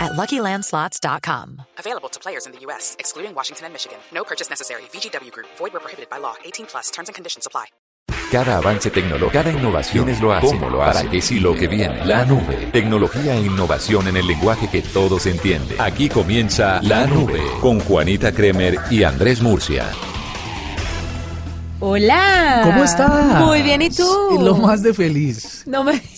at luckylandslots.com. Available to players in the U.S., excluding Washington and Michigan. No purchase necessary. VGW Group, void were prohibited by law. 18 plus terms and conditions apply. Cada avance tecnológico, cada innovación es lo hacen, ¿Cómo lo hacen? para qué sí lo que viene. La nube, tecnología e innovación en el lenguaje que todos entienden. Aquí comienza La Nube con Juanita Kremer y Andrés Murcia. Hola. ¿Cómo estás? Ah, Muy bien, ¿y tú? Lo más de feliz. No me digas.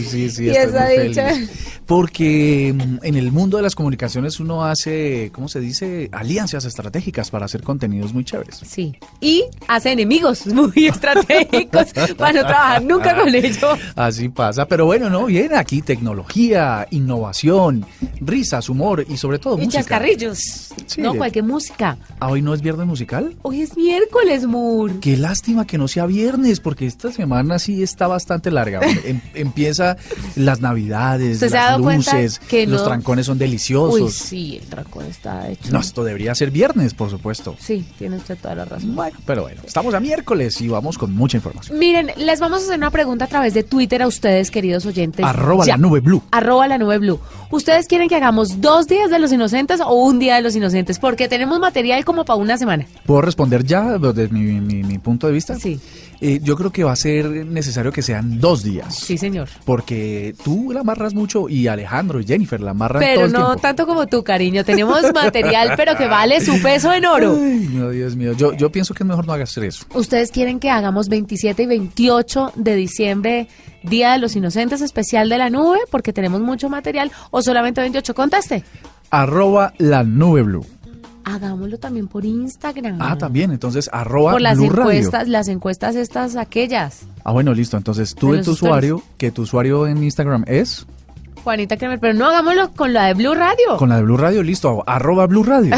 Sí, sí, sí. ¿Y estoy esa muy dicha? feliz. Porque mm, en el mundo de las comunicaciones uno hace, ¿cómo se dice? Alianzas estratégicas para hacer contenidos muy chéveres. Sí. Y hace enemigos muy estratégicos para no trabajar nunca con ellos. Así pasa. Pero bueno, no, bien, aquí tecnología, innovación, risas, humor y sobre todo Y música. chascarrillos. Sí. No, cualquier música. ¿Ah, ¿Hoy no es viernes musical? Hoy es miércoles, Moore. Qué lástima que no sea viernes, porque esta semana sí está bastante larga. hombre. Em- empieza las navidades, ¿Usted se ha las dado cuenta luces, que los no? trancones son deliciosos. Uy, sí, el traco está hecho. No, esto debería ser viernes, por supuesto. Sí, tiene usted toda la razón. Bueno, pero bueno, estamos a miércoles y vamos con mucha información. Miren, les vamos a hacer una pregunta a través de Twitter a ustedes, queridos oyentes. Arroba Ya. la nube blue. Arroba la nube blue. ¿Ustedes quieren que hagamos dos días de los inocentes o un día de los inocentes? Porque tenemos material como para una semana. ¿Puedo responder ya desde mi, mi- mi punto de vista? Sí. Eh, yo creo que va a ser necesario que sean dos días. Sí, señor. Porque tú la amarras mucho y Alejandro y Jennifer la amarran todo Pero el no tiempo. tanto como tú, cariño. Tenemos material, pero que vale su peso en oro. Ay, no, Dios mío. Yo, yo pienso que es mejor no hagas eso. Ustedes quieren que hagamos 27 y 28 de diciembre, Día de los Inocentes, especial de la nube, porque tenemos mucho material, o solamente 28. Contaste. Arroba la nube blue. Hagámoslo también por Instagram. Ah, también. Entonces, arroba Por las blue radio. encuestas, las encuestas estas, aquellas. Ah, bueno, listo. Entonces, tú De de los tu stories. usuario, que tu usuario en Instagram es... Juanita Kremer, pero no hagámoslo con la de Blue Radio. Con la de Blue Radio, listo, arroba Blue Radio.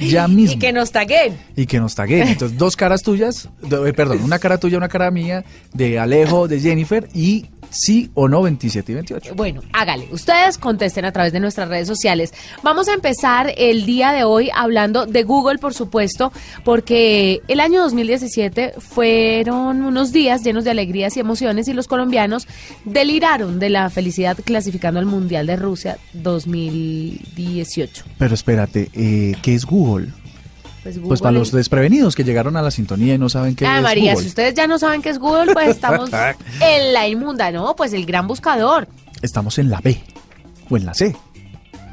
ya mismo. Y que nos taguen. Y que nos taguen. Entonces, dos caras tuyas, do- eh, perdón, una cara tuya, una cara mía, de Alejo, de Jennifer, y sí o no 27 y 28. Bueno, hágale. Ustedes contesten a través de nuestras redes sociales. Vamos a empezar el día de hoy hablando de Google, por supuesto, porque el año 2017 fueron unos días llenos de alegrías y emociones y los colombianos deliraron de la felicidad clasificando al Mundial de Rusia 2018. Pero espérate, eh, ¿qué es Google? Pues, Pues Google para es- los desprevenidos que llegaron a la sintonía y no saben qué Ah, es María, si Google. ustedes ya no saben qué es Google, pues estamos en la inmunda, ¿no? Pues el gran buscador. Estamos en la B o en la C.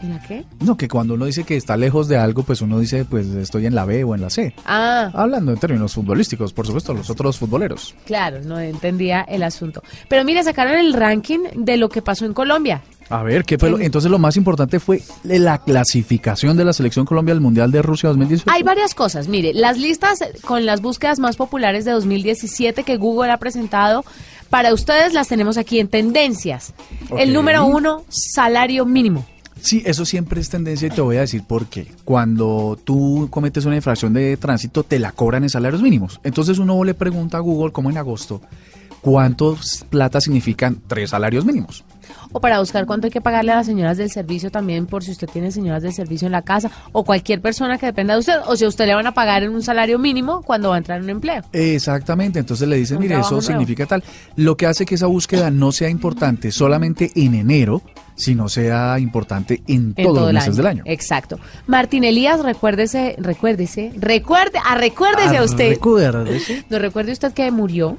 ¿En la qué? No, que cuando uno dice que está lejos de algo, pues uno dice, pues estoy en la B o en la C. Ah. Hablando en términos futbolísticos, por supuesto, los otros futboleros. Claro, no entendía el asunto. Pero mira, sacaron el ranking de lo que pasó en Colombia. A ver, ¿qué fue lo- entonces lo más importante fue la clasificación de la selección Colombia al Mundial de Rusia 2018. Hay varias cosas. Mire, las listas con las búsquedas más populares de 2017 que Google ha presentado para ustedes las tenemos aquí en tendencias. Ok. El número uno, salario mínimo. Sí, eso siempre es tendencia y te voy a decir por qué. Cuando tú cometes una infracción de tránsito, te la cobran en salarios mínimos. Entonces uno le pregunta a Google, como en agosto, ¿cuántos plata significan tres salarios mínimos? O para buscar cuánto hay que pagarle a las señoras del servicio también, por si usted tiene señoras del servicio en la casa, o cualquier persona que dependa de usted, o si a usted le van a pagar un salario mínimo cuando va a entrar en un empleo. Exactamente, entonces le dicen, Un mire, eso trabajo nuevo". significa tal. Lo que hace que esa búsqueda no sea importante solamente en enero, sino sea importante en, en todos todo los el meses del año. Exacto. Martín Elías, recuérdese, recuérdese, recuerde, ah, recuérdese a usted. Acuérdese. ¿No recuerde usted que murió?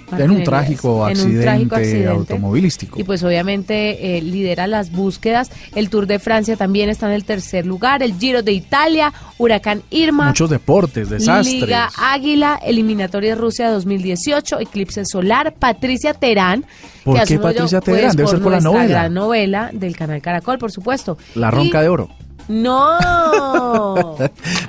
en Martín un Elías, trágico en accidente, un trágico accidente. automovilístico. Y pues obviamente eh, lidera las búsquedas. El Tour de Francia también está en el tercer lugar. El Giro de Italia, Huracán Irma. Muchos deportes, desastres. Liga Águila, Eliminatoria Rusia 2018, Eclipse Solar, Patricia Terán. ¿Por que qué asumo Patricia Terán? pues, Debe ser por la nuestra novela. gran novela del canal Caracol, por supuesto. la ronca de oro. No. Oh.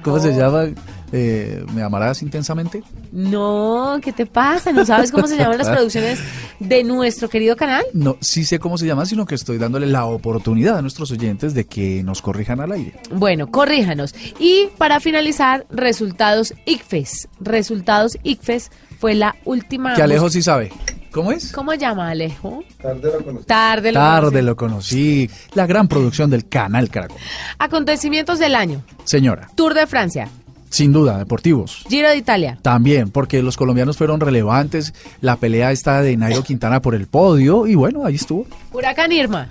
¿Cómo se llama? eh, ¿me amarás intensamente? No, ¿qué te pasa? ¿No sabes cómo se llaman las producciones de nuestro querido canal? No, sí sé cómo se llama, sino que estoy dándole la oportunidad a nuestros oyentes de que nos corrijan al aire. Bueno, corríjanos. Y para finalizar, resultados ICFES. Resultados ICFES fue la última. Que Alejo sí sabe. ¿Cómo es? Ah, ¿Cómo llama Alejo? Tarde lo conocí. Tarde lo Tarde conocí. lo conocí. La gran producción del canal Caracol. Acontecimientos del año. Señora, Tour de Francia. sin duda, deportivos. Giro de Italia. También, porque los colombianos fueron relevantes. La pelea está de Nairo Quintana por el podio. Y bueno, ahí estuvo. Huracán Irma.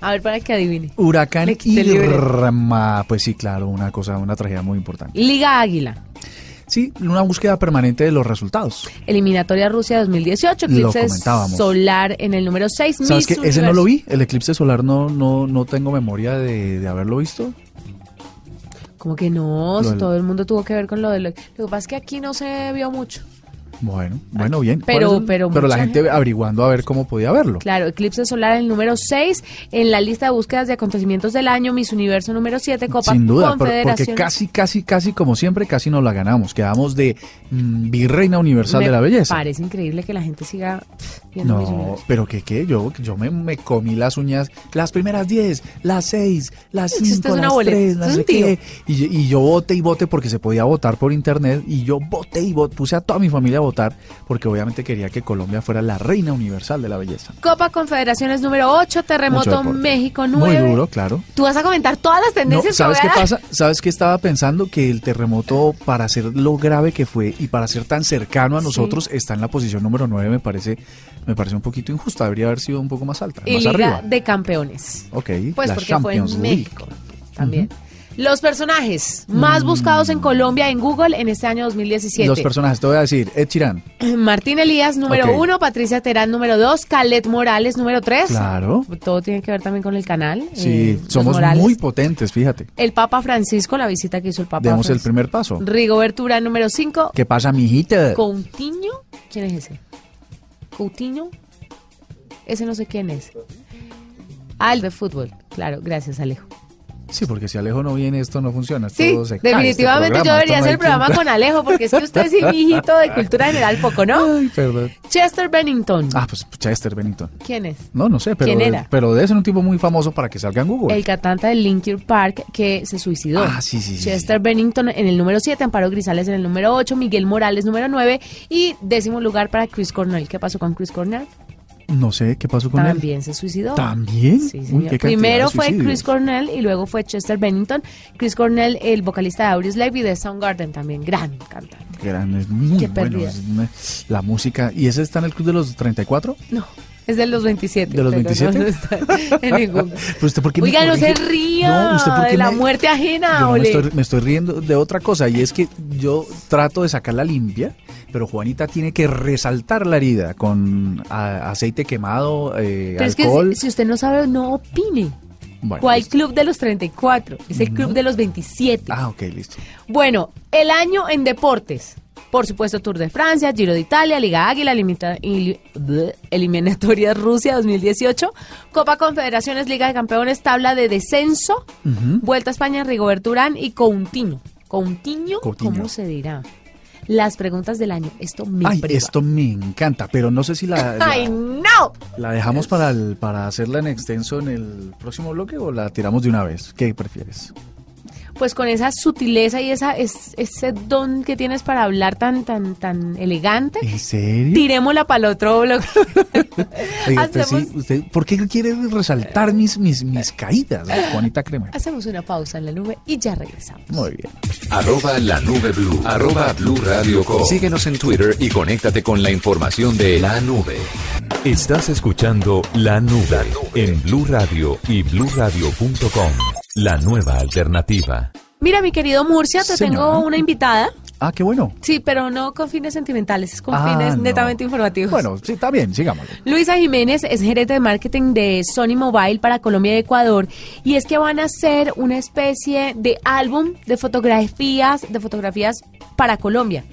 A ver para que adivine. Huracán Le quité el libreto. Irma. Pues sí, claro, una cosa, una tragedia muy importante. Liga Águila. Sí, una búsqueda permanente de los resultados. Eliminatoria Rusia 2018. Lo Eclipse comentábamos. solar en el número 6. ¿Sabes qué? Ese no lo vi. El eclipse solar no, no, no tengo memoria de, de haberlo visto. Como que no, Lo si del- todo el mundo tuvo que ver con lo de lo... Lo que pasa es que aquí no se vio mucho. Bueno, bueno, bien. ¿Cuál Pero- es el- pero pero la mucha gente averiguando a ver cómo podía verlo. Claro, eclipse solar el número 6 en la lista de búsquedas de acontecimientos del año, Miss Universo número 7, Copa Sin duda, por- Confederaciones. porque casi, casi, casi, como siempre, casi nos la ganamos. Quedamos de mm, virreina universal Me de la belleza. Parece increíble que la gente siga viendo Miss No, Universo. pero que qué, yo, yo me, me comí las uñas, las primeras 10, las 6, las Usted es 5, una las boleta, 3, usted las es sé un tío. qué. Y, yo- y yo voté y voté porque se podía votar por internet y yo voté y voté, puse a toda mi familia a votar porque obviamente quería que Colombia fuera la reina universal de la belleza. Copa Confederaciones número 8, Mucho terremoto deporte. México Muy 9. duro, claro. Tú vas a comentar todas las No, tendencias ¿Sabes que qué voy a dar? pasa? ¿Sabes qué estaba pensando? Que el terremoto, para ser lo grave que fue y para ser tan cercano a nosotros, está en la posición número 9, me parece, me parece un poquito injusta. Debería haber sido un poco más alta, Y más Liga arriba. de Campeones. Ok, Pues la porque Champions fue en League. México también. Los personajes más buscados en Colombia en Google en este año 2017. Mm. Los personajes, te voy a decir, Ed Sheeran, Martín Elías, número Ok. uno. Patricia Terán, número dos. Calet Morales, número tres. claro. Todo tiene que ver también con el canal. eh, Sí, los somos Morales. muy potentes, fíjate. El Papa Francisco, la visita que hizo el Papa Demos el Francisco. primer paso. Rigoberto Urán, número cinco. ¿Qué pasa, mijita? Coutinho. ¿Quién es ese? Coutinho. Ese no sé quién es. Ah, el de fútbol. Claro, gracias, Alejo. Sí, porque si Alejo no viene, esto no funciona. Sí, todo se cae, este definitivamente yo programa, debería esto hacer no hay el programa quien- con Alejo, porque es que usted es un hijito de cultura general poco, ¿no? Ay, perdón. Chester Bennington. Ah, pues Chester Bennington. ¿Quién es? No, no sé, pero, ¿Quién era? pero debe ser un tipo muy famoso para que salga en Google. El cantante de Linkin Park que se suicidó. Ah, sí, sí, sí, Chester Bennington en el número 7, Amparo Grisales en el número 8, Miguel Morales número 9 y décimo lugar para Chris Cornell. ¿Qué pasó con Chris Cornell? No sé, ¿qué pasó con él? También se suicidó. ¿También? Sí, Uy, señor. qué cantidad Primero de fue suicidios. Chris Cornell y luego fue Chester Bennington. Chris Cornell, el vocalista de Audioslave y de Soundgarden también, gran cantante. Gran, es muy Qué bueno. pérdida. es una- la música. ¿Y ese está en el club de los 34? No, es de los 27. ¿De los pero no 27? está en ningún- Pero Pues usted, ¿por qué me Oiga, no se corrige? ría No, ¿usted por qué de la me- muerte ajena, Yo no me, ole. estoy, me estoy riendo de otra cosa y es que yo trato de sacarla limpia, pero Juanita tiene que resaltar la herida con a- aceite quemado, eh, Pero es que alcohol. si- si usted no sabe, no opine. Bueno, ¿Cuál listo. club de los 34? Es el club de los 27. Ah, ok, listo. Bueno, el año en deportes. Por supuesto, Tour de Francia, Giro de Italia, Liga Águila, limita- ili- bleh, Eliminatoria Rusia 2018, Copa Confederaciones, Liga de Campeones, tabla de descenso, Vuelta a España, Rigoberto Urán y Coutinho. Coutinho. Coutinho. ¿cómo se dirá? Las preguntas del año. Esto me Ay, priva. esto me encanta, pero no sé si la, la- ¡Ay, no! la dejamos para, el- para hacerla en extenso en el próximo bloque o la tiramos de una vez. ¿Qué prefieres? pues con esa sutileza y esa es- ese don que tienes para hablar tan tan tan elegante, ¿En serio? tirémosla para el otro bloque. Oiga, usted sí, hacemos- Eh, usted- ¿Por qué quiere resaltar mis, mis, mis caídas, Juanita Crema? Hacemos una pausa en la nube y ya regresamos. Muy bien. Arroba la nube blue. Arroba blue radio com. Síguenos en Twitter y conéctate con la información de la nube. Estás escuchando La Nube en Blue Radio y bluradio.com. La nueva alternativa. Mira, mi querido Murcia, te Señora. tengo una invitada. Ah, qué bueno. Sí, pero no con fines sentimentales, es con Ah, fines no. netamente informativos. Bueno, sí, está bien, sigamos. Luisa Jiménez es gerente de marketing de Sony Mobile para Colombia y Ecuador y es que van a hacer una especie de álbum de fotografías, de fotografías para Colombia.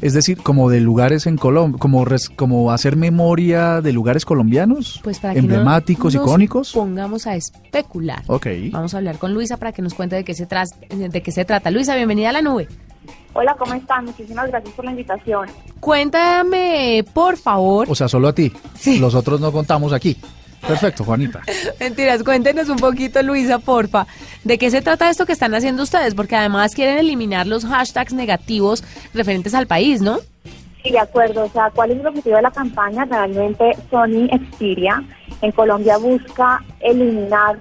Es decir, como de lugares en Colombia, como, res- como hacer memoria de lugares colombianos, Pues para que no emblemáticos, nos icónicos. Pongamos a especular. Ok. Vamos a hablar con Luisa para que nos cuente de qué se, tras- de qué se trata. Luisa, bienvenida a la nube. Hola, ¿cómo están? Muchísimas gracias por la invitación. Cuéntame, por favor. O sea, solo a ti. Sí. Los otros no contamos aquí. Perfecto, Juanita. Mentiras, cuéntenos un poquito, Luisa, porfa, de qué se trata esto que están haciendo ustedes, porque además quieren eliminar los hashtags negativos referentes al país, ¿no? Sí, de acuerdo. O sea, ¿cuál es el objetivo de la campaña? Realmente Sony Xperia en Colombia busca eliminar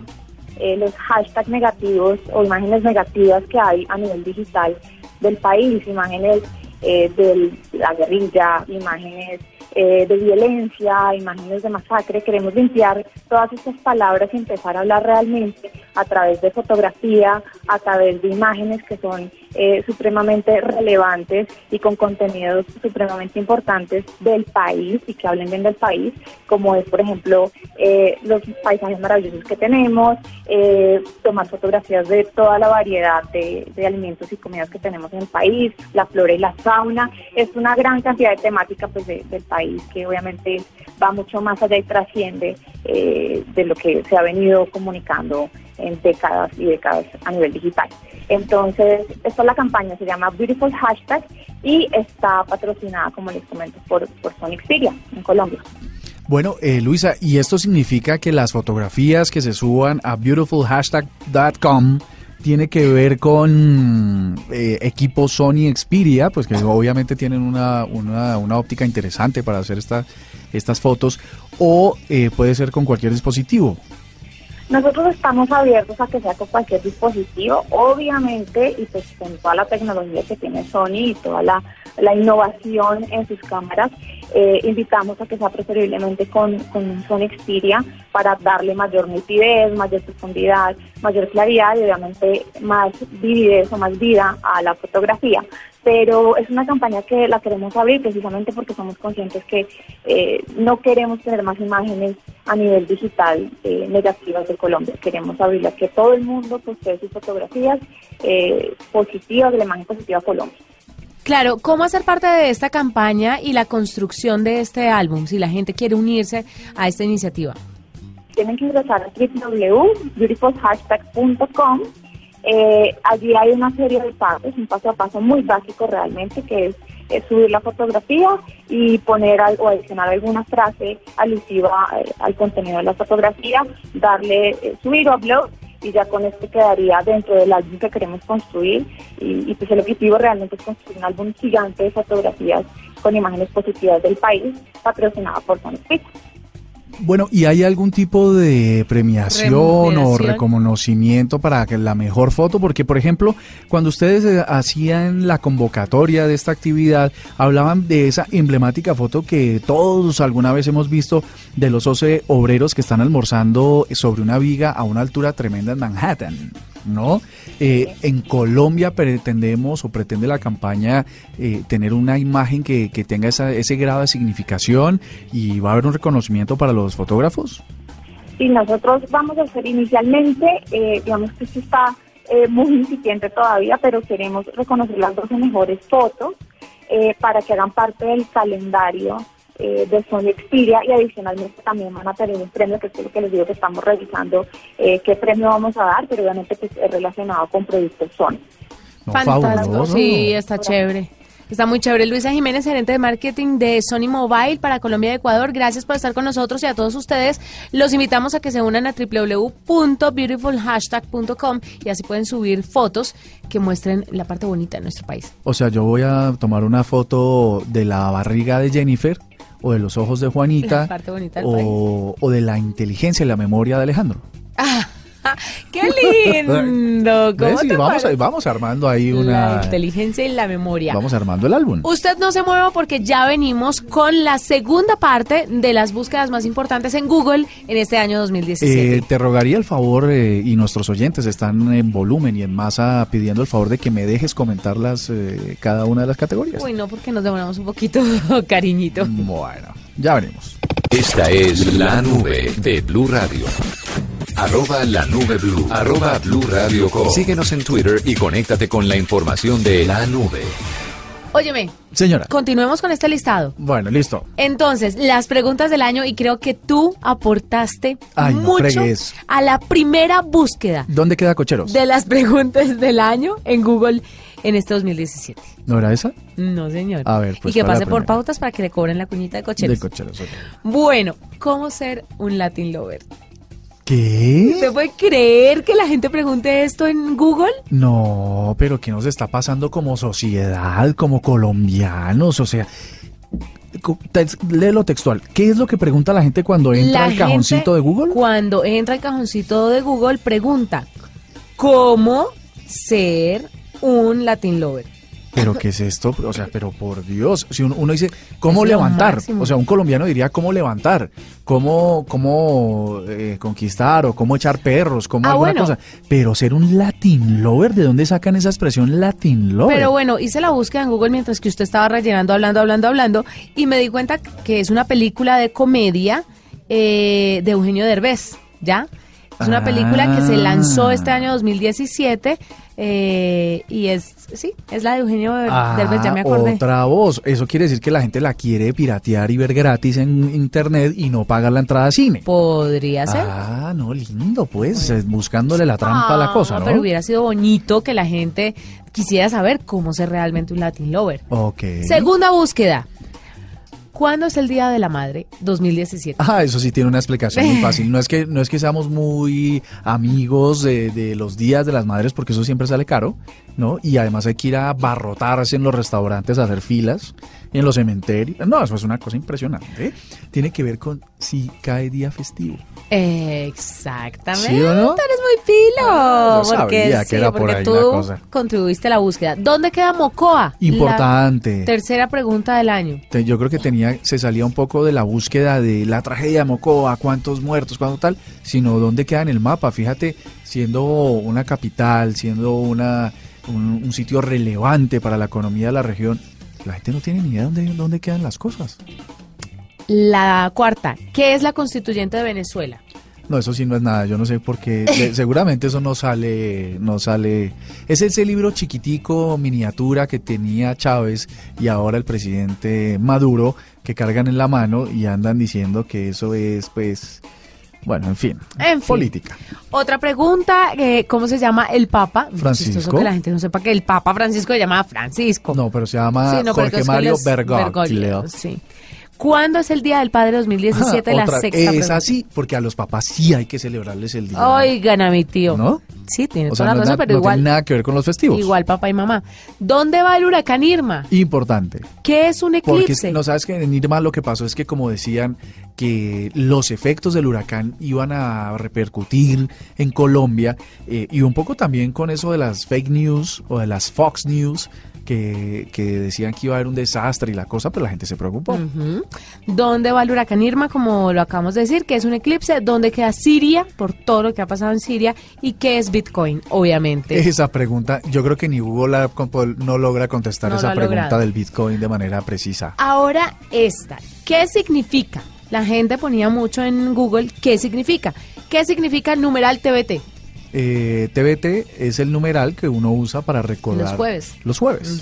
eh, los hashtags negativos o imágenes negativas que hay a nivel digital del país, imágenes eh, de la guerrilla, imágenes eh, de violencia, imágenes de masacre. Queremos limpiar todas estas palabras y empezar a hablar realmente a través de fotografía, a través de imágenes que son eh, supremamente relevantes y con contenidos supremamente importantes del país y que hablen bien del país, como es, por ejemplo, eh, los paisajes maravillosos que tenemos, eh, tomar fotografías de toda la variedad de, de alimentos y comidas que tenemos en el país, la flora y la fauna. Es una gran cantidad de temática pues, de- del país que obviamente va mucho más allá y trasciende eh, de lo que se ha venido comunicando en décadas y décadas a nivel digital. Entonces, esta es la campaña, se llama Beautiful Hashtag y está patrocinada, como les comento, por, por Sonic Siria en Colombia. Bueno, eh, Luisa, ¿y esto significa que las fotografías que se suban a beautifulhashtag.com tiene que ver con eh, equipo Sony Xperia, pues que obviamente tienen una, una, una óptica interesante para hacer esta- estas fotos, o eh, puede ser con cualquier dispositivo? Nosotros estamos abiertos a que sea con cualquier dispositivo, obviamente, y pues con toda la tecnología que tiene Sony y toda la, la innovación en sus cámaras, eh, invitamos a que sea preferiblemente con, con un Sony Xperia para darle mayor nitidez, mayor profundidad, mayor claridad y obviamente más vividez o más vida a la fotografía. Pero es una campaña que la queremos abrir precisamente porque somos conscientes que eh, no queremos tener más imágenes a nivel digital eh, negativas de Colombia. Queremos abrirla a que todo el mundo posee sus fotografías eh, positivas, de la imagen positiva a Colombia. Claro, ¿cómo hacer parte de esta campaña y la construcción de este álbum si la gente quiere unirse a esta iniciativa? tienen que ingresar a www.beautifulhashtag.com. Eh, allí hay una serie de pasos, un paso a paso muy básico realmente, que es, eh, subir la fotografía y poner al- o adicionar alguna frase alusiva eh, al contenido de la fotografía, darle eh, subir o upload y ya con esto quedaría dentro del álbum que queremos construir y, y pues el objetivo realmente es construir un álbum gigante de fotografías con imágenes positivas del país, patrocinado por Sonic Pictures. Bueno, ¿y hay algún tipo de premiación o Remuneración. reconocimiento para que la mejor foto? Porque, por ejemplo, cuando ustedes eh, hacían la convocatoria de esta actividad, hablaban de esa emblemática foto que todos alguna vez hemos visto de los 12 obreros que están almorzando sobre una viga a una altura tremenda en Manhattan. ¿No? Eh, en Colombia pretendemos o pretende la campaña eh, tener una imagen que, que tenga esa- ese grado de significación y va a haber un reconocimiento para los fotógrafos. Sí, nosotros vamos a hacer inicialmente, eh, digamos que esto está eh, muy incipiente todavía, pero queremos reconocer las 12 mejores fotos eh, para que hagan parte del calendario eh, de Sony Xperia y adicionalmente también van a tener un premio, que es lo que les digo que estamos revisando eh, qué premio vamos a dar, pero obviamente pues, es relacionado con productos Sony. No, Fantástico, fabuloso. sí, está chévere. Está muy chévere. Luisa Jiménez, gerente de marketing de Sony Mobile para Colombia y Ecuador. Gracias por estar con nosotros y a todos ustedes. Los invitamos a que se unan a www.beautifulhashtag.com y así pueden subir fotos que muestren la parte bonita de nuestro país. O sea, yo voy a tomar una foto de la barriga de Jennifer o de los ojos de Juanita La parte bonita del o, o de la inteligencia y la memoria de Alejandro. Ah, ¡Qué lindo! ¿Cómo ¿Ves? Y te vamos, parece? vamos armando ahí La una... inteligencia y la memoria. Vamos armando el álbum. Usted no se mueva porque ya venimos con la segunda parte de las búsquedas más importantes en Google en este año 2017. Eh, te rogaría el favor, eh, y nuestros oyentes están en volumen y en masa pidiendo el favor de que me dejes comentar las, eh, cada una de las categorías. Uy, no, porque nos demoramos un poquito, cariñito. Bueno, ya veremos. Esta es la nube de Blue Radio. Arroba la nube Blue. Arroba Blue Radio com. Síguenos en Twitter y conéctate con la información de la nube. Óyeme, Señora. continuemos con este listado. Bueno, listo. Entonces, las preguntas del año y creo que tú aportaste Ay, no mucho fregues. a la primera búsqueda ¿Dónde queda Cocheros? de las preguntas del año en Google en este 2017. ¿No era esa? No, señor. A ver, pues, y que para la pase por primera. pautas para que le cobren la cuñita de cocheros. De cocheros. ok. bueno, ¿cómo ser un Latin Lover? ¿Qué? ¿Usted puede creer que la gente pregunte esto en Google? No, pero ¿qué nos está pasando como sociedad, como colombianos? O sea, co- tex- léelo textual. ¿Qué es lo que pregunta la gente cuando entra La al gente, cajoncito de Google? Cuando entra al cajoncito de Google, pregunta, ¿cómo ser un Latin Lover? ¿Pero qué es esto? O sea, pero por Dios, si uno, uno dice, ¿cómo Es lo levantar? máximo. O sea, un colombiano diría, ¿cómo levantar? ¿Cómo, cómo eh, conquistar? ¿O cómo echar perros? ¿Cómo Ah, alguna bueno. cosa? Pero ser un Latin lover, ¿de dónde sacan esa expresión Latin lover? Pero bueno, hice la búsqueda en Google mientras que usted estaba rellenando, hablando, hablando, hablando, y me di cuenta que es una película de comedia eh, de Eugenio Derbez, ¿ya? Es una Ah. película que se lanzó este año 2017 eh, y es, sí, es la de Eugenio Derbez, ya me Ah, acordé. Otra voz. Eso quiere decir que la gente la quiere piratear y ver gratis en internet y no pagar la entrada a cine. Podría ser. Ah, no, lindo, pues, eh, buscándole la trampa a la Ah, cosa, ¿no? Pero hubiera sido bonito que la gente quisiera saber cómo ser realmente un Latin Lover. Ok. Segunda búsqueda. ¿Cuándo es el Día de la Madre 2017? Ah, eso sí tiene una explicación muy fácil. No es que, no es que seamos muy amigos de, de los días de las madres, porque eso siempre sale caro, ¿no? Y además hay que ir a abarrotarse en los restaurantes, a hacer filas, en los cementerios. No, eso es una cosa impresionante. Tiene que ver con si cae día festivo. Exactamente. ¿Sí o no? Tú eres muy pilo. Ah, yo porque sabía que sí, era por porque ahí tú la cosa. contribuiste a la búsqueda. ¿Dónde queda Mocoa? La Importante. tercera pregunta del año. Te- Yo creo que tenía, se salía un poco de la búsqueda de la tragedia de Mocoa, cuántos muertos, cuánto tal, sino dónde queda en el mapa. Fíjate, siendo una capital, siendo una, un, un sitio relevante para la economía de la región, la gente no tiene ni idea dónde, dónde quedan las cosas. La cuarta. ¿Qué es la constituyente de Venezuela? No, eso sí no es nada, yo no sé por qué, de- seguramente eso no sale, no sale. Es ese libro chiquitico, miniatura que tenía Chávez y ahora el presidente Maduro que cargan en la mano y andan diciendo que eso es, pues, bueno, en fin, En fin. política. Otra pregunta, eh, ¿cómo se llama el Papa? Muy Francisco. chistoso que la gente no sepa que el Papa Francisco se llama Francisco. No, pero se llama Sí, no, pero Jorge es que Mario los- Bergoglio. Bergoglio, Sí. ¿Cuándo es el Día del Padre 2017? la Ah, Otra- sexta es pregunta. así, porque a los papás sí hay que celebrarles el día. Oigan a mi tío. ¿No? Sí, tiene o sea, toda no, la es razón, na- pero no igual, tiene nada que ver con los festivos. igual papá y mamá. ¿Dónde va el huracán Irma? Importante. ¿Qué es un Porque eclipse? no sabes que en Irma lo que pasó es que como decían que los efectos del huracán iban a repercutir en Colombia eh, y un poco también con eso de las fake news o de las Fox News que, que decían que iba a haber un desastre y la cosa, pero la gente se preocupó. Ujú. ¿Dónde va el huracán Irma? Como lo acabamos de decir, que es un eclipse. ¿Dónde queda Siria? Por todo lo que ha pasado en Siria. ¿Y qué es Bitcoin? Obviamente. Esa pregunta, yo creo que ni Google la compo- no logra contestar No lo esa ha pregunta logrado. del Bitcoin de manera precisa. Ahora esta, ¿qué significa? La gente ponía mucho en Google, ¿qué significa? ¿Qué significa numeral TBT? Eh, TBT es el numeral que uno usa para recordar Los jueves. Los jueves.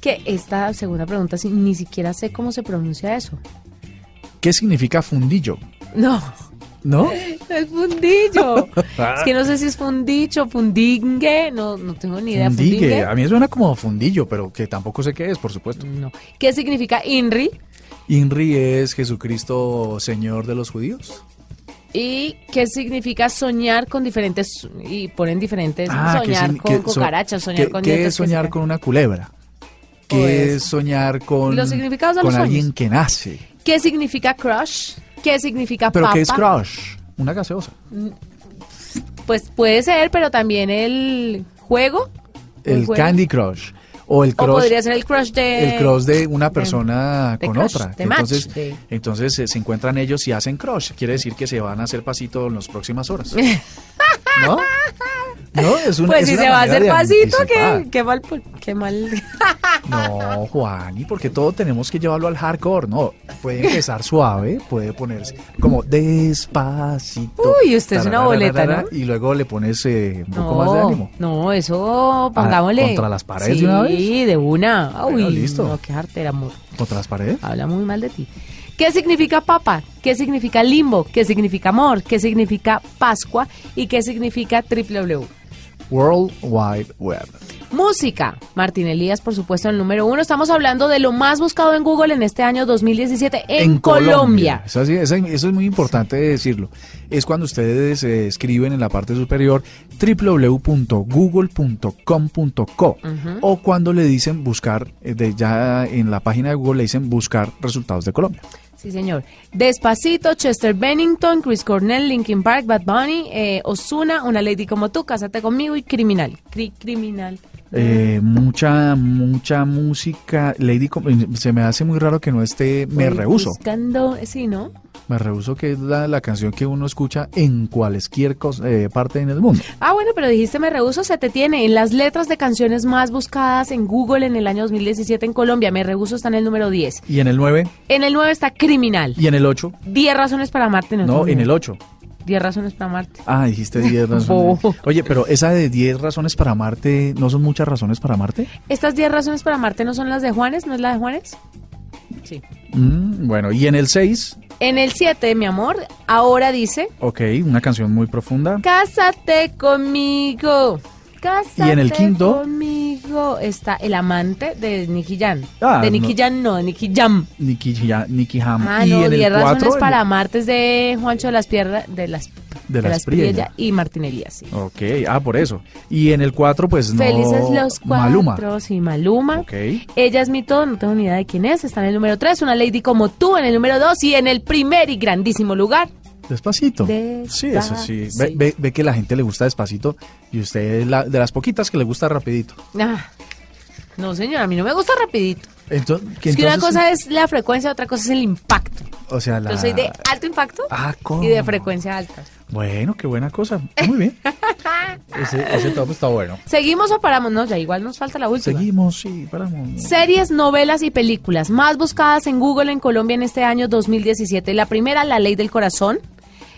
Que esta segunda pregunta, si- ni siquiera sé cómo se pronuncia eso. ¿Qué significa fundillo? No, ¿No? no es fundillo. Ah. es que no sé si es fundicho, fundingue, no, no tengo ni idea. Fundigue. Fundingue. A mí suena como fundillo, pero que tampoco sé qué es, por supuesto. No. ¿Qué significa INRI? Inri es Jesucristo, Señor de los judíos. ¿Y qué significa soñar con diferentes, y ponen diferentes, Ah, que soñar sin- con que so- cucarachas, soñar que- con ¿Qué dientes, es soñar significa? con una culebra? ¿Qué Pues, es soñar con, los significados de con los sueños. alguien que nace? ¿Qué significa crush? ¿Qué significa ¿Pero papa? qué es crush? Una gaseosa. Pues puede ser, pero también el juego. El juego. Candy Crush. O el O crush. podría ser el crush de... el crush de una persona de con crush, otra. de match, entonces, de- entonces eh, se encuentran ellos y hacen crush. Quiere decir que se van a hacer pasito en las próximas horas. ¿No? No, es una, Pues es si una se va a manera hacer de pasito, anticipar. qué, qué mal... pu- Qué mal... No, Juan, y porque todo tenemos que llevarlo al hardcore, no. Puede empezar suave, puede ponerse como despacito. Uy, usted es una boleta, tarararara, ¿no? Y luego le pones eh, un poco más de ánimo. Ah, no, eso pongámosle. ¿contra las paredes de una Sí, de una. Uy, Bueno, listo. no, qué arte, el amor. ¿Contra las paredes? Habla muy mal de ti. ¿Qué significa papa? ¿Qué significa limbo? ¿Qué significa amor? ¿Qué significa Pascua? ¿Y qué significa triple W? World Wide Web. Música. Martín Elías, por supuesto, el número uno. Estamos hablando de lo más buscado en Google en este año 2017 en, Colombia. Eso, sí, eso- eso es muy importante decirlo. Es cuando ustedes eh, escriben en la parte superior www.google.com.co o cuando le dicen buscar, eh, de ya en la página de Google le dicen buscar resultados de Colombia. Sí, señor. Despacito, Chester Bennington, Chris Cornell, Linkin Park, Bad Bunny, eh, Osuna, Una Lady como tú, Cásate conmigo y Criminal. Cri- criminal. Eh, mucha, mucha música. Lady, Com- eh, se me hace muy raro que no esté Me Voy Rehuso. Buscando, eh, sí, ¿no? Me Rehuso que es la, la canción que uno escucha en cualquier cos- eh, parte en el mundo. Ah, bueno, pero dijiste Me Rehuso, se te tiene en las letras de canciones más buscadas en Google en el año 2017 en Colombia. Me Rehuso está en el número 10. Y en el 9 En el 9 está Criminal. y en el 8. 10 razones para amarte. No, en el 8. 10 razones para amarte. Ah, dijiste 10 razones. Bobo. Oye, pero esa de 10 razones para amarte, ¿no son muchas razones para amarte? ¿Estas 10 razones para amarte no son las de Juanes? ¿No es la de Juanes? Sí. Mm, bueno, y en el 6, En el 7, mi amor, ahora dice, ok, una canción muy profunda. Cásate conmigo. Cásate Y en el quinto. conmigo está el amante de Nicky Jam. Ah, de Nicky no. Jam no, de Nicky Jam. Nicky, Ya- Nicky Jam. Ah, y no, en 10 el razones 4. para amartes de Juancho de las Piernas, de las, De las Priella. y Martín Elías, sí. Ok, ah, por eso. Y en el 4, pues no. Felices los cuatro, Maluma. sí, Maluma. Ok. Ella es mi todo, no tengo ni idea de quién es, está en el número 3, una lady como tú en el número 2 y en el primer y grandísimo lugar. Despacito. Sí, eso sí. Ve, ve- ve que la gente le gusta despacito y usted es la- de las poquitas que le gusta rapidito. Ah, no, señora, a mí no me gusta rapidito. Entonces, es que una cosa es la frecuencia, otra cosa es el impacto. O sea, la. Yo soy de alto impacto Ah, ¿cómo? y de frecuencia alta. Bueno, qué buena cosa. Muy bien. ese, ese top está bueno. ¿Seguimos o paramos? No, ya igual nos falta la última. Seguimos, sí, paramos. Series, novelas y películas más buscadas en Google en Colombia en este año 2017. La primera, La Ley del Corazón.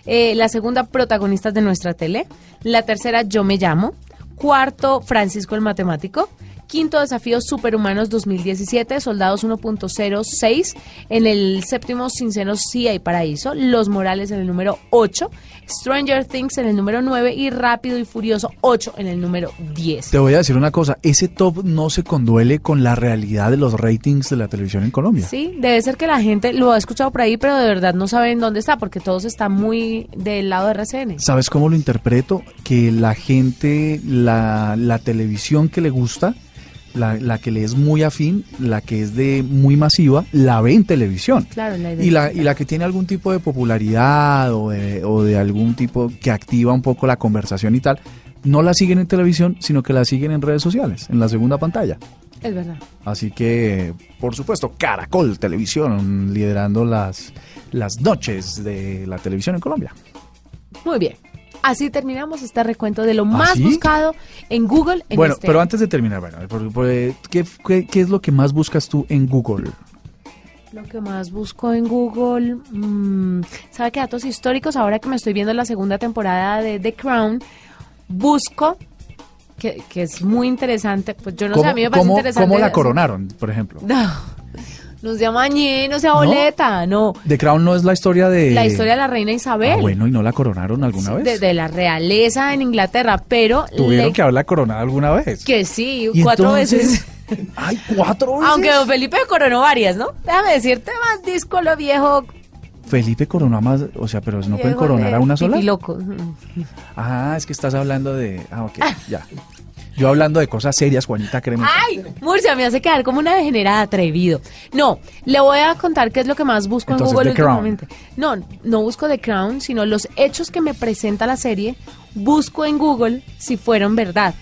Eh, la segunda, Protagonistas de nuestra tele. La tercera, Yo me llamo. Cuarto, Francisco el Matemático. Quinto, Desafíos Superhumanos 2017, Soldados 1.06. En el séptimo, Sin Senos, Sí hay Paraíso. Los Morales en el número 8. Stranger Things en el número 9. Y Rápido y Furioso 8 en el número 10. Te voy a decir una cosa, ese top no se conduele con la realidad de los ratings de la televisión en Colombia. Sí, debe ser que la gente lo ha escuchado por ahí, pero de verdad no saben dónde está, porque todos están muy del lado de RCN. ¿Sabes cómo lo interpreto? Que la gente, la, la televisión que le gusta, la, la que le es muy afín, la que es de muy masiva, la ve en televisión. Claro, la Y la, y la que tiene algún tipo de popularidad o de, o de algún tipo que activa un poco la conversación y tal, no la siguen en televisión, sino que la siguen en redes sociales, en la segunda pantalla. Es verdad. Así que, por supuesto, Caracol Televisión liderando las, las noches de la televisión en Colombia. Muy bien. Así terminamos este recuento de lo más ¿Ah, sí? buscado en Google en bueno, este pero año. antes de terminar, bueno, por- por- eh, ¿qué, qué, qué es lo que más buscas tú en Google? Lo que más busco en Google, mm, ¿sabe qué datos históricos? Ahora que me estoy viendo la segunda temporada de The Crown, busco, que, que es muy interesante, pues yo no sé, a mí me parece cómo- interesante. cómo la coronaron, por ejemplo? No, no sea mañé, no sea boleta, no. The Crown no es la historia de... La historia de la reina Isabel. Eh, Ah, bueno, ¿y no la coronaron alguna Sí, vez? de, de la realeza en Inglaterra, pero Tuvieron le- que haberla coronado alguna vez. que sí, Y cuatro entonces- veces. Ay, cuatro veces. Aunque don Felipe coronó varias, ¿no? Déjame decirte más disco lo viejo. Felipe coronó a más, o sea, pero no pueden viejo eh, coronar de a una sola. pitiloco. Ah, es que estás hablando de. Ah, ok, ya. Yo hablando de cosas serias, Juanita Crema. Ay, Murcia me hace quedar como una degenerada atrevido. No, le voy a contar qué es lo que más busco Entonces, en Google The Crown. últimamente. No, no busco The Crown, sino los hechos que me presenta la serie, busco en Google si fueron verdad.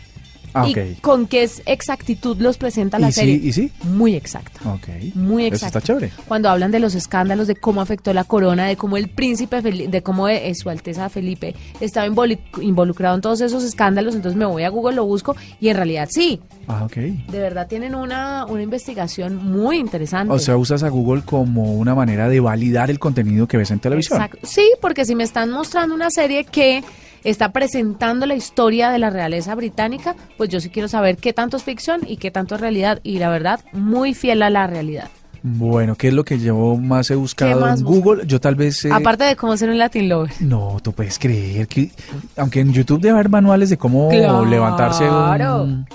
Ah, y ok. con qué es- exactitud los presenta la ¿Y sí- serie. y sí? Muy exacta. Ok. Muy Eso exacto. está chévere. Cuando hablan de los escándalos, de cómo afectó la corona, de cómo el príncipe, Feli- de cómo eh, su alteza Felipe estaba involu- involucrado en todos esos escándalos, entonces me voy a Google, lo busco y en realidad sí, Ah, ok. de verdad tienen una, una investigación muy interesante. O sea, usas a Google como una manera de validar el contenido que ves en televisión. Exacto. Sí, porque si me están mostrando una serie que está presentando la historia de la realeza británica, pues yo sí quiero saber qué tanto es ficción y qué tanto es realidad. Y la verdad, muy fiel a la realidad. Bueno, ¿qué es lo que yo más he buscado más en buscas? Google? Yo tal vez. eh, Aparte de cómo ser un Latin Lover. No, tú puedes creer que. Aunque en YouTube debe haber manuales de cómo Claro. levantarse un,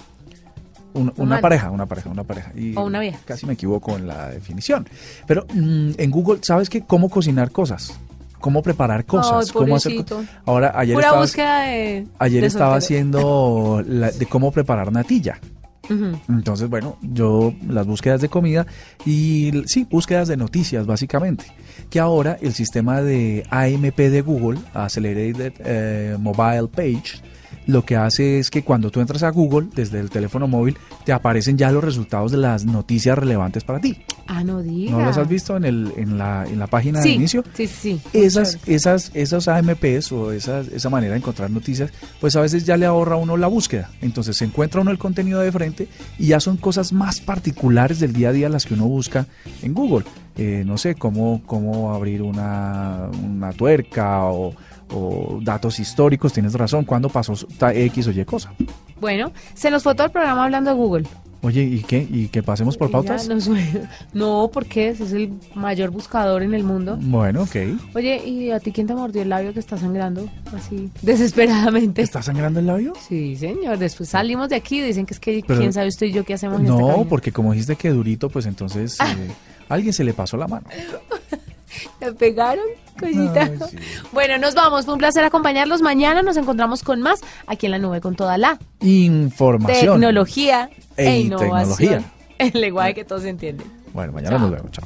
Un- una Humano. pareja, una pareja, una pareja. Y O una vieja. Casi me equivoco en la definición. Pero mm, en Google, ¿sabes qué? Cómo cocinar cosas, cómo preparar cosas, cómo hacer. co- pobrecito. Ahora, ayer Pura estaba, búsqueda de. ayer de estaba soltero. haciendo la- de cómo preparar natilla. Ujú. Entonces, bueno, yo las búsquedas de comida y l- sí, búsquedas de noticias básicamente. Que ahora el sistema de AMP de Google, Accelerated eh, Mobile Page, lo que hace es que cuando tú entras a Google desde el teléfono móvil, te aparecen ya los resultados de las noticias relevantes para ti. Ah, no digas. ¿No las has visto en, el, en, la, en la página Sí, de inicio? sí, Eh. sí. Esas, esas, esos AMPs o esas, esa manera de encontrar noticias, pues a veces ya le ahorra a uno la búsqueda. Entonces se encuentra uno el contenido de frente y ya son cosas más particulares del día a día las que uno busca en Google. Eh, no sé, cómo, cómo abrir una, una tuerca o, o datos históricos, tienes razón, cuándo pasó ta- X o Y cosa. Bueno, se nos fue todo el programa hablando de Google. Oye, ¿y qué? ¿Y que pasemos por Y pautas? ya nos- No, porque ese es el mayor buscador en el mundo. Bueno, ok. Oye, ¿y a ti quién te mordió el labio que está sangrando así desesperadamente? ¿Está sangrando el labio? Sí, señor. Después salimos de aquí y dicen que es que Pero- quién sabe usted y yo qué hacemos en este esta No, cabina. porque como dijiste que durito, pues entonces eh, a alguien se le pasó la mano. ¿Te pegaron, cosita? Ay, sí. Bueno, nos vamos. Fue un placer acompañarlos. Mañana nos encontramos con más aquí en la nube con toda la Información. tecnología e, E innovación. tecnología. El lenguaje que todos entienden. Bueno, mañana nos vemos. Chao.